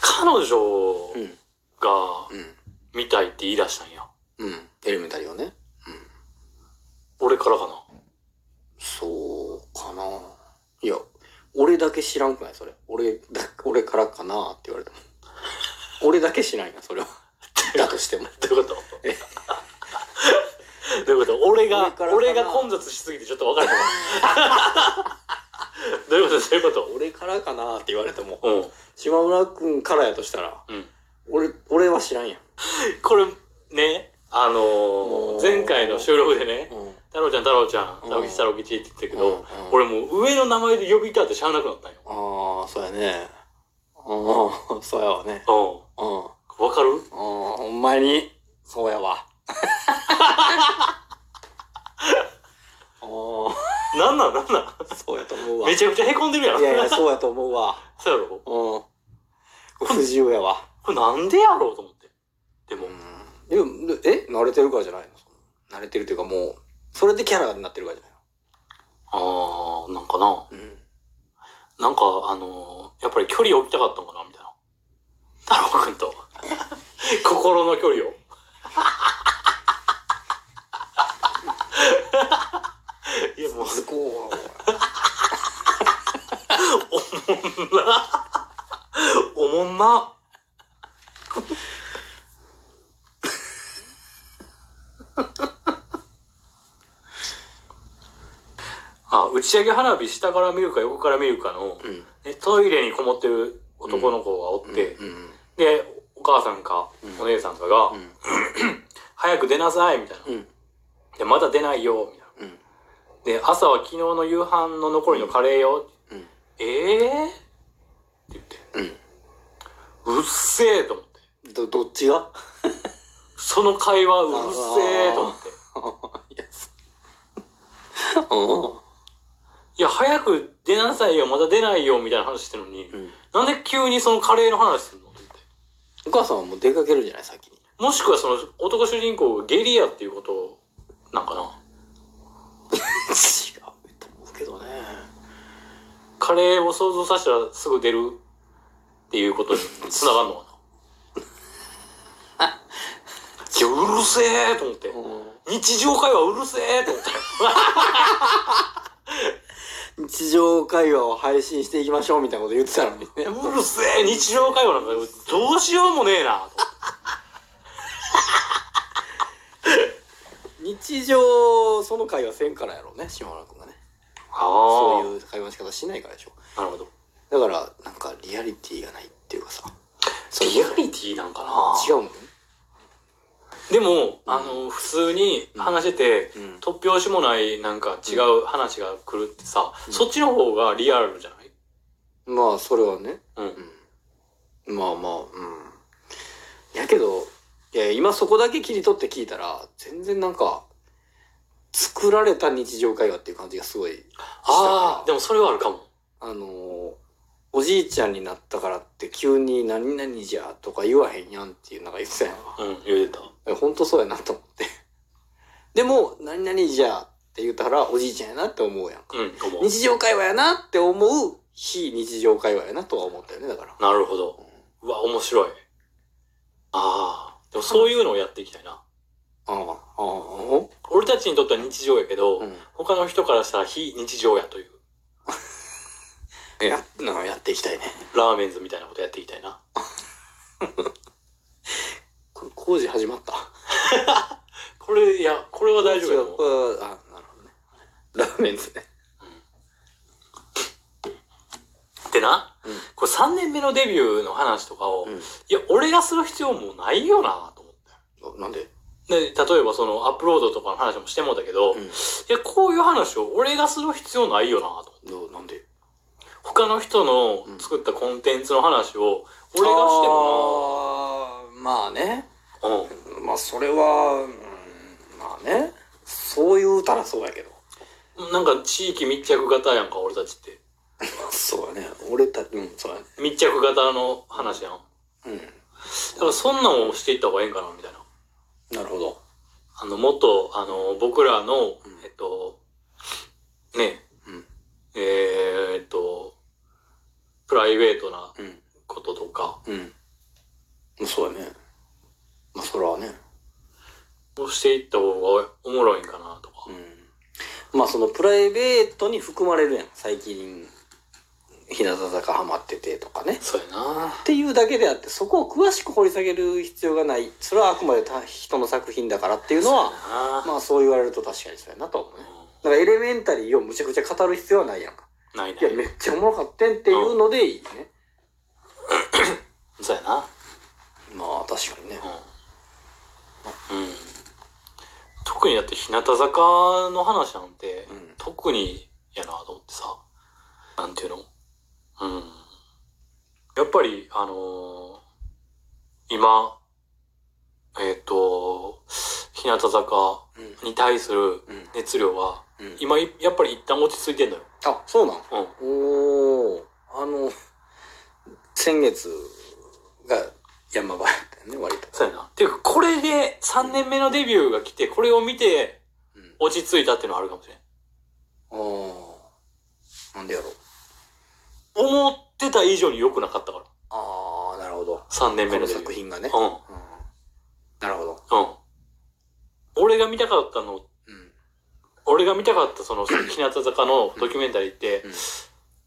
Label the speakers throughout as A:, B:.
A: 彼女
B: うん。
A: が見たいって言い出したんや。
B: うん。うん。エレメンタリーをね。うん。
A: 俺からかな。
B: そうかな。いや、俺だけ知らんくないそれ。俺だ、俺からかなって言われても。俺だけ知らんや、それは。 だとしても。
A: どういうこと
B: え
A: どういうこと俺が
B: 俺からか、な
A: 俺が混雑しすぎてちょっと分からへんか った。どういうことどういうこ
B: 俺からかなって言われても。
A: と
B: 島村くんからやとしたら、
A: うん。うん。
B: 俺、俺は知らんやん。
A: これ、ね、あの
B: も
A: ー、
B: う
A: 前回の収録でね、
B: うん。
A: 太郎ちゃん太郎ちゃん、
B: うん
A: 太郎吉太郎吉って言ってたけ
B: うん
A: ど、
B: うん
A: 俺もう上の名前で呼びたってしゃあなくなったんよ。
B: ああ、そうやね。うん、そうやわね。
A: う
B: うん。
A: ん。わかる
B: うん、ほんまに、そう やわ。う
A: なんなんなんなん
B: ん、そうやと思うわ。
A: めちゃくちゃ凹んでるやん。
B: いやいや、そうやと思うわ。
A: そうやろ
B: うん。不自由やわ。
A: これなんでやろうと思って。でも、
B: うん。でも、え慣れてるからじゃないの慣れてるというかもう、それでキャラになってるからじゃ
A: あー、なんかな。
B: ないのうん。
A: なんか、あのーやっぱり距離を置きたかったんかな、みたいな。太郎くん と。心の距離を。いや、もう、
B: ずこ
A: おもん な。あ、打ち上げ花火下から見るか横から見るかの、
B: う。うん。
A: ね、トイレにこもってる男の子がおって、
B: うん。
A: で、お母さんか、
B: うん
A: お姉さんかが、
B: うん。
A: 早く出なさい、みたいな。
B: うん。
A: で、まだ出ないよ、みたいな。
B: うん。
A: で、朝は昨日の夕飯の残りのカレーよ。
B: うん。
A: ええー、って言って、うっせえと思って。
B: うん。ど、どっちが
A: その会話うるせえと思って。
B: いや、そ
A: いや、早く出なさいよ、まだ出ないよ、みたいな話してるのに、
B: うん。うん。
A: なんで急にそのカレーの話するのって言って。
B: お母さんはもう出かけるんじゃない先に。
A: もしくはその男主人公がゲリアっていうことなんかな。
B: 違うと思うけどね。
A: カレーを想像させたらすぐ出るっていうことに繋がるのかな。 いや、うるせえと思って。日常会話うるせえと思って。
B: 日常会話を配信していきましょうみたいなこと言ってたのにね。
A: うるせえ日常会話なんかどうしようもねえなと。
B: 日常、その会話せんからやろうね、島村くんがね。
A: あ
B: そういう会話の仕方しないからでしょ。
A: あ。なるほど。
B: だから、なんかリアリティがないっていうかさ。それ
A: リアリティなんかな
B: 違うの
A: でも、あの、普通に話してて、
B: うん
A: 突拍子もないなんか違う話が来るってさ、そっちの方がリアルじゃない
B: まあ、それはね。
A: うん。
B: うん。まあまあ、うん。やけど、いや、今そこだけ切り取って聞いたら、全然なんか、作られた日常会話っていう感じがすごいしたから。
A: ああ、でもそれはあるかも。
B: あのーおじいちゃんになったからって急に何々じゃとか言わへんやんっていうなんか言ってたやんか
A: うん、言うてた。
B: え。ほんとそうやなと思って。でも、何々じゃって言ったらおじいちゃんやなって思うやんか。
A: うん、思う。
B: 日常会話やなって思う非日常会話やなとは思ったよね、だから。
A: なるほど。うわ、面白い。ああ。でもそういうのをやっていきたいな。
B: ああ、ああ、
A: 俺たちにとっては日常やけど、
B: うん。
A: 他の人からしたら非日常やという。
B: や、なやっていきたいね。
A: ラーメンズみたいなことやっていきたいな。
B: これ工事始まった。
A: これ、いや、これは大丈夫やと思う
B: これはあ、なるほどね。ラーメンですね。
A: ってな、
B: うん
A: これ3年目のデビューの話とかを、
B: うん
A: いや、俺がする必要もないよなと思っ
B: あなんで
A: て。で、例えばそのアップロードとかの話もしてもだけど、いや、こういう話を俺がする必要ないよなと思って。
B: どうなんで
A: 他の人の作ったコンテンツの話を俺がしても
B: あーまあね。
A: な、うん、
B: まあそれは、うん、まあねそう言うたらそうやけど
A: なんか地域密着型やんか、俺たちって。
B: そうやね俺たちうんそうやね
A: 密着型の話やん。
B: う
A: だからそんなんをしていった方がええんかな、みたいな。
B: んなるほど
A: あの、もっと、あの、僕らの、えっと、ね、
B: うん
A: えーえっと、プライベートな
B: うん
A: こととか、
B: うんそうやね。まあ、それはね。
A: こうしていった方がおもろいんかなとか。
B: うん。まあ、そのプライベートに含まれるやん。最近、日向坂ハマっててとかね。
A: そうやな
B: っていうだけであって、そこを詳しく掘り下げる必要がない。それはあくまで他人の作品だからっていうのは、
A: な
B: まあ、そう言われると確かにそうやなと思うね。
A: う
B: だから、エレメンタリーをむちゃくちゃ語る必要はないやんか。
A: んないない
B: や、めっちゃおもろかってんっていうのでいいね。
A: そうやな
B: まあ、確かにね。
A: うん、うん、特にだって日向坂の話なんて、
B: うん
A: 特にやなと思ってさなんていうのうんやっぱりあのー今えっ、と日向坂
B: うん。
A: に対する
B: うん。
A: 熱量は
B: うん
A: 今いやっぱり一旦落ち着いてんのよ、
B: あ、そうなん
A: うん、
B: おおあの先月が山場やったよね割と、
A: そうやなっていうかこれで3年目のデビューが来てこれを見て
B: うん、
A: 落ち着いたっていうのはあるかもしれん
B: おーなんでやろう
A: 思ってた以上に良くなかったから。
B: ああなるほど
A: 3年
B: こ
A: 目のデビ
B: の
A: ュー
B: 作品がね、
A: うん。
B: うん、なるほど、
A: うん。俺が見たかったの、
B: うん
A: 俺が見たかった その、日向坂のドキュメンタリーって、
B: うん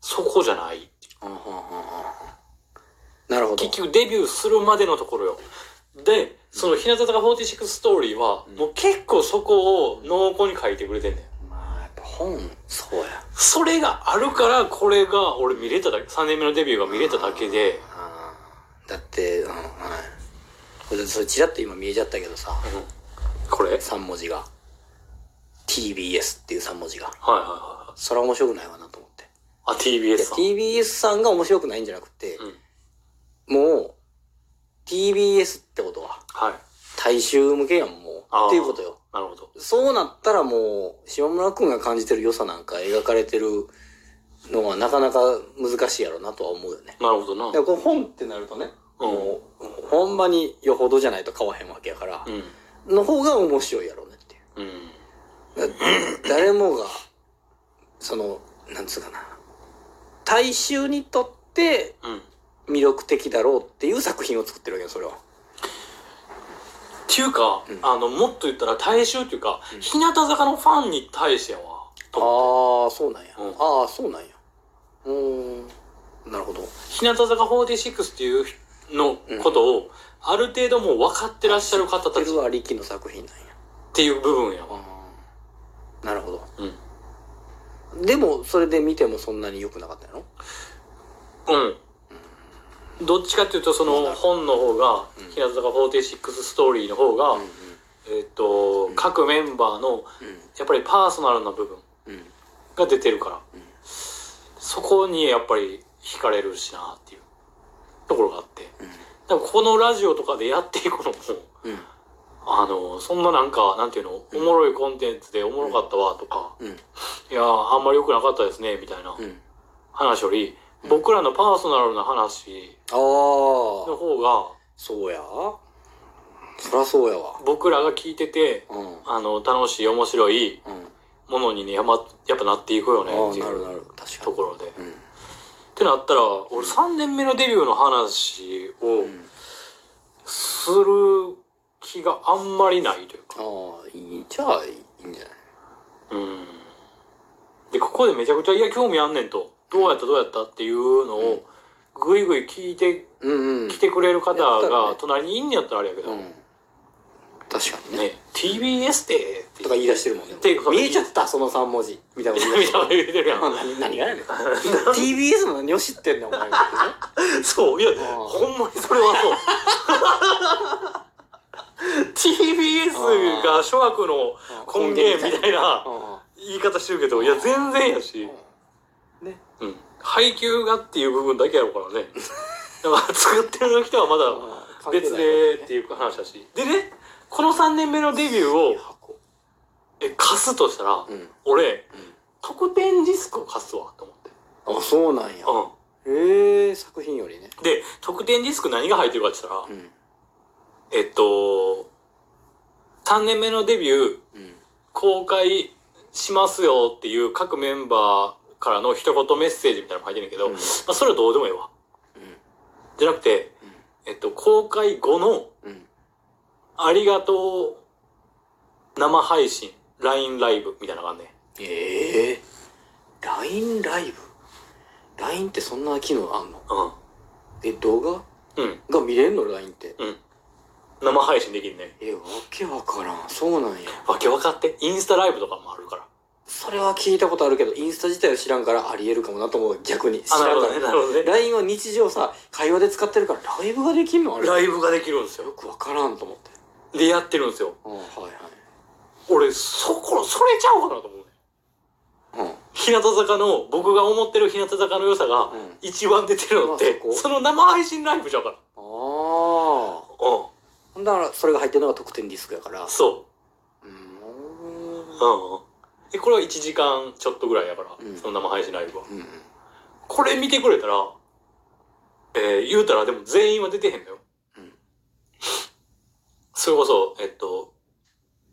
A: そこじゃない。
B: うんうんうんうん、なるほど
A: 結局デビューするまでのところよ。で、その日向坂46ストーリーは、
B: うん
A: もう結構そこを濃厚に書いてくれてんだよ。
B: まあやっぱ本そうや
A: それがあるから、これが俺見れただけ、3年目のデビューが見れただけで、
B: あーだってうんはいこれそれちらっと今見えちゃったけどさ
A: うんこれはいはい
B: 3文字が TBS っていう3文字が
A: はいはい。
B: それは面白くないわなと思って
A: あ、TBS
B: いや
A: さん。う
B: TBS さんが面白くないんじゃなくて、
A: ん。
B: もう TBS ってことは
A: はい。
B: 大衆向けやんも
A: あー
B: うっていうことよ
A: なるほど。
B: そうなったらもう島村くんが感じてる良さなんか描かれてるのはなかなか難しいやろなとは思うよね
A: なるほどな。
B: だからこの本ってなるとね、
A: うん
B: もうほんまによほどじゃないと買わへんわけやから
A: う、ん。
B: の方が面白いやろねっていう
A: うん。
B: だ誰もがそのなんつうかな大衆にとって
A: うん。っ
B: 魅力的だろうっていう作品を作ってるわけよそれは
A: ていうか、
B: うん
A: あの、もっと言ったら大衆っていうか、
B: うん
A: 日向坂のファンに対しては、と
B: ああそうなんや、
A: うん
B: ああそうなんやうーんなるほど
A: 日向坂46っていうの
B: うん
A: ことを、ある程度もう分かってらっしゃる方た
B: テ
A: ち
B: ル
A: っ
B: は力の作品なんや
A: ていう部分やわ。
B: ああなるほ
A: うん。
B: どでもそれで見てもそんなに良くなかったやろ
A: うん。どっちかっていうと、そ
B: そう
A: の
B: だ
A: 本の方が
B: うん、
A: 日向坂46ストーリーの方
B: う
A: が
B: んうん、
A: えっと、
B: ん
A: 各メンバーの、やっぱりパーソナルな部分
B: うん
A: が出てるから
B: うん、
A: そこにやっぱり惹かれるしなっていうところがあって。
B: う
A: でもこのラジオとかでやっていくのも、
B: んうん
A: あの、そんななんか、なんていうの、おもろいコンテンツでおもろかったわとか、
B: うん
A: いやー、あんまり良くなかったですね、みたいな
B: うん
A: 話より、僕らのパーソナルな話
B: あ
A: の
B: あ
A: 方が、
B: そうやそらそうやわ
A: 僕らが聞いてて、
B: うんうん
A: あの、楽しい、面白いものにね、や,、ま、やっぱなっていくよ
B: あ
A: ね、
B: あ
A: って
B: なる
A: いう
B: なる確か
A: と
B: に
A: ころで。っ
B: うん
A: てなったら、俺3年目のデビューの話を
B: うん
A: する気があんまりないというか。
B: ああいいじゃあいいんじゃない
A: うんでここでめちゃくちゃ「いや興味あんねん」と「どうやったどうやった」っていうのをぐいぐい聞いて
B: うんうん
A: きてくれる方
B: やったら
A: が
B: ね
A: 隣にいんねやったらあれやけど
B: うん
A: ね
B: 確かにね
A: TBS でって
B: とか言い出してるもんね
A: ていうか
B: 見えちゃったその3文字みたいなこと言
A: み
B: い出した
A: いな
B: て
A: 言うてるや
B: る
A: ん
B: 何何が やねん TBS の何を知ってんのお前みたいなね
A: そういや
B: あー
A: ほんまにそれは そう TBS が諸悪の根源みたいな言い方してるけどいや全然やし
B: うんね
A: うん配給がっていう部分だけやろうからね だから作ってる人はまだ別でっていう話だしでねこの3年目のデビューを
B: 箱
A: え貸すとしたら
B: うん
A: 俺特典ディスクを貸すわと思って
B: あそうなんや
A: う
B: へえ作品よりね
A: んで特典ディスク何が入ってるかって言ったら
B: うん
A: えっと3年目のデビュー
B: うん
A: 公開しますよっていう各メンバーからの一言メッセージみたいなのも入ってるけど、
B: うん
A: まあ、それはどうでもいいわじゃなくて、えっと、公開後の
B: うん。
A: ありがとう生配信、LINE ライブみたいなのがあんね。
B: ええ LINE ライブ ?LINE ってそんな機能あんのえ、動画
A: うん。うん。
B: が見れんの ?LINE って。
A: 生配信できんね。
B: え、わけわからん。そうなんや。
A: わけ分かって。インスタライブとかもあるから。
B: それは聞いたことあるけど、インスタ自体は知らんからありえるかもなと思う。逆に。知らん
A: あ、なるほ
B: か
A: どね。
B: ら。
A: なるほどね。
B: LINE は日常さ、会話で使ってるから、ライブができんのあれ。よ
A: ライブができるんですよ。
B: くわからんと思って。
A: で、やってるんですよ。
B: うん、はい
A: 俺、そこ、それちゃうかなと思うね。
B: はい。うん。
A: 日向坂の、僕が思ってる日向坂の良さが
B: うん、
A: 一番出てるのっ
B: まあ
A: て
B: そこ、
A: その生配信ライブじゃうから。
B: あ
A: う
B: あ。だから、それが入ってるのが得点ディスクやから
A: ん。。そうう。
B: ん。
A: うん。で、これは1時間ちょっとぐらいやから、
B: うん
A: その生配信ライブは。
B: うん。
A: これ見てくれたら、えー、言うたらでも全員は出てへんのよ。
B: うん
A: それこそ、えっと、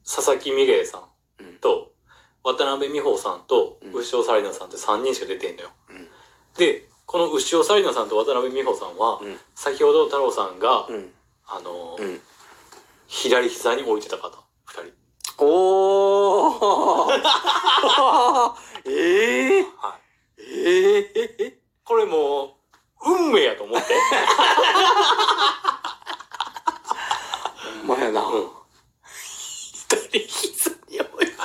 A: 佐々木美玲さ
B: うん
A: んと、渡辺美穂さんと
B: う、ん
A: 牛尾紗理奈さんって3人しか出てへんのよ。
B: うん
A: で、この牛尾紗理奈さんと渡辺美穂さんは、
B: うん
A: 先ほど太郎さんが、
B: うん。
A: あのー
B: うん。
A: 左膝に置いてた方、2人。
B: お ー ええ
A: はい。
B: ええ
A: これもう、運命やと思 って。
B: ほんまやな。
A: うん
B: 左膝に置いてた。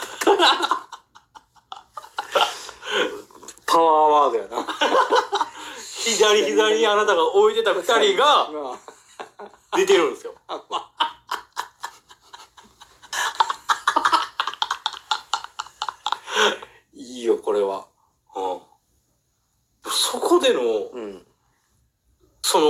B: パワーワードや な。
A: 左膝にあなたが置いてた2人が、出てるんですよ。
B: いいよ、これは。
A: うん。そこでの、
B: うん。
A: その、